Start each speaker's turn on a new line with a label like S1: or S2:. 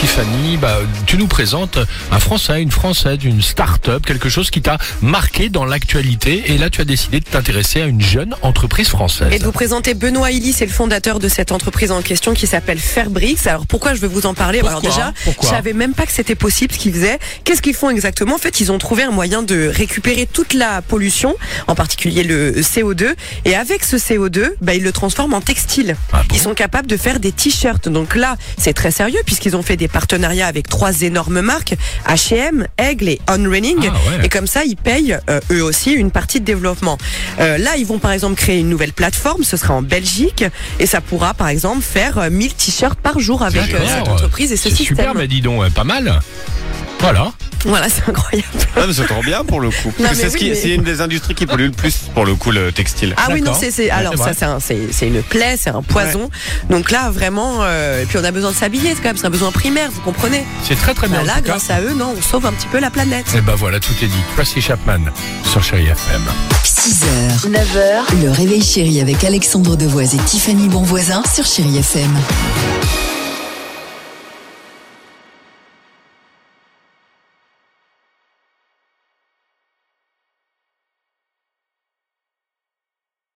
S1: Tiffany, bah, tu nous présentes un Français, une Française, une start-up, quelque chose qui t'a marqué dans l'actualité. Et là, tu as décidé de t'intéresser à une jeune entreprise française.
S2: Et de vous présenter Benoît Illy, c'est le fondateur de cette entreprise en question qui s'appelle Fairbricks. Alors pourquoi je veux vous en parler Alors
S1: Pourquoi
S2: déjà,
S1: Pourquoi
S2: je savais même pas que c'était possible ce qu'ils faisaient. Qu'est-ce qu'ils font exactement En fait, ils ont trouvé un moyen de récupérer toute la pollution, en particulier le CO2, et avec ce CO2, bah, ils le transforment en textile.
S1: Ah bon
S2: ils sont capables de faire des t-shirts. Donc là, c'est très sérieux puisqu'ils ont fait des partenariats avec trois énormes marques H&M, Aigle et On Running.
S1: Ah ouais.
S2: Et comme ça, ils payent euh, eux aussi une partie de développement. Euh, là, ils vont par exemple créer une nouvelle plateforme, ce sera en Belgique, et ça pourra par exemple faire euh, 1000 t-shirts par jour avec euh,
S1: génial.
S2: cette entreprise et ce
S1: C'est
S2: système.
S1: super, mais dis donc, ouais, pas mal. Voilà.
S2: Voilà, c'est incroyable.
S3: Ah, mais ça tombe bien pour le coup. Parce
S2: Non,
S3: que
S2: mais
S3: c'est ce
S2: oui,
S3: qui-
S2: mais-
S3: c'est une des industries qui pollue le plus pour le coup le textile.
S2: Ah oui, non,
S1: D'accord.
S2: c'est, c'est- alors
S1: c'est
S2: ça,
S1: vrai.
S2: c'est, un- c'est, c'est une plaie, c'est un poison. Donc là, vraiment, euh, et puis on a besoin de s'habiller, c'est quand même, c'est un besoin primaire, vous comprenez.
S1: C'est très très bien. en
S2: là,
S1: tout cas.
S2: grâce à eux, non, on sauve un petit peu la planète.
S1: Et ben voilà, tout est dit. Tracy Chapman sur Chérie FM.
S4: 6h, 9h, le réveil chéri avec Alexandre Devoise et Tiffany Bonvoisin sur Chéri FM.